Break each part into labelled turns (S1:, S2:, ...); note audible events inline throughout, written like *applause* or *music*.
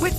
S1: With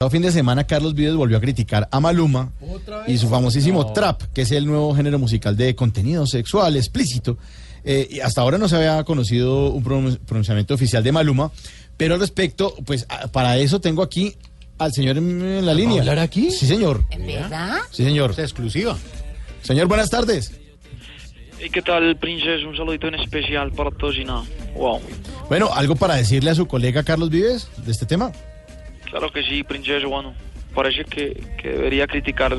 S2: El fin de semana, Carlos Vives volvió a criticar a Maluma y su famosísimo trap, que es el nuevo género musical de contenido sexual explícito. Eh, y hasta ahora no se había conocido un pronun- pronunciamiento oficial de Maluma, pero al respecto, pues a- para eso tengo aquí al señor en, en la línea.
S3: hablar aquí?
S2: Sí, señor.
S4: ¿Verdad?
S2: Sí, señor.
S3: exclusiva.
S2: Señor, buenas tardes.
S5: ¿Y qué tal, Princes? Un saludito en especial para todos y nada. Wow.
S2: Bueno, ¿algo para decirle a su colega Carlos Vives de este tema?
S5: Claro que sí, Princes, bueno. Parece que, que debería criticar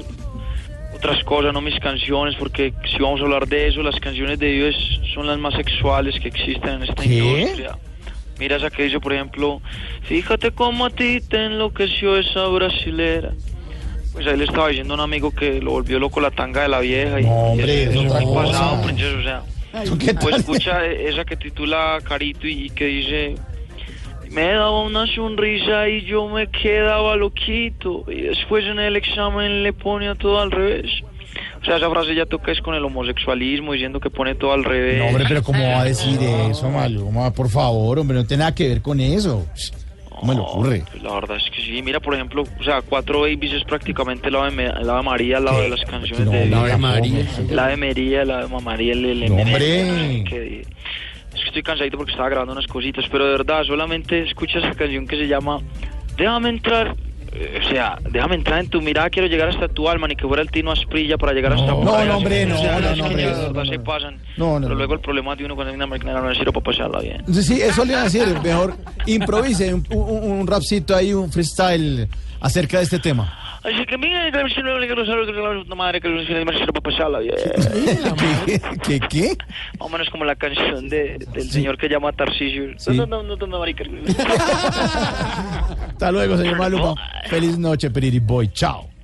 S5: otras cosas, no mis canciones, porque si vamos a hablar de eso, las canciones de Dios son las más sexuales que existen en esta
S2: ¿Qué?
S5: industria. Mira esa que dice, por ejemplo, fíjate cómo a ti te enloqueció esa brasilera. Pues ahí le estaba diciendo a un amigo que lo volvió loco la tanga de la vieja. Y,
S2: No, hombre,
S5: y
S2: eso es
S5: es
S2: otra
S5: muy
S2: cosa.
S5: pasado, Princes, o sea.
S2: ¿Tú qué
S5: Pues
S2: tal?
S5: escucha esa que titula Carito y que dice, me daba una sonrisa y yo me quedaba loquito y después en el examen le pone a todo al revés. O sea, esa frase ya toca es con el homosexualismo diciendo que pone todo al revés.
S2: No, hombre, pero ¿cómo va a decir eso, Maluma? Por favor, hombre, no tiene nada que ver con eso. ¿Cómo le
S5: No,
S2: ocurre?
S5: pues la verdad es que sí. Mira, por ejemplo, o sea, cuatro babies es prácticamente la de, Me- la de María al lado de las canciones
S2: No,
S5: de
S2: la de
S5: Dios.
S2: María.
S5: La de María, la de Mamaría, el el-
S2: No,
S5: el-
S2: hombre.
S5: no sé qué. Es que estoy cansadito porque estaba grabando unas cositas, pero de verdad, solamente escucha esa canción que se llama Déjame entrar. eh, O sea, déjame entrar en tu mirada, quiero llegar hasta tu alma, ni que fuera el Tino Asprilla para llegar hasta...
S2: No,
S5: por allá.
S2: no, hombre, no,
S5: O sea,
S2: no,
S5: es que
S2: no,
S5: ya
S2: hombre,
S5: de
S2: no,
S5: verdad
S2: no,
S5: se
S2: no.
S5: pasan.
S2: No, no,
S5: Pero
S2: no.
S5: luego el problema de uno cuando tiene una máquina no es para pasarla bien.
S2: Sí, eso le iba a decir. Mejor improvise un, un, un rapcito ahí, un freestyle acerca de este tema.
S5: Así que mira, que si no, que no sabe que la puta madre que el mar sirve para pasarla bien.
S2: *laughs* ¿Qué? ¿Qué? qué?
S5: Eh, Más o menos como la canción de, del señor que llama a Tarcisio.
S2: Sí.
S5: No, no, no, no, no, marica.
S2: Hasta luego, señor Maluma. Feliz noche, Pretty Boy. Chao.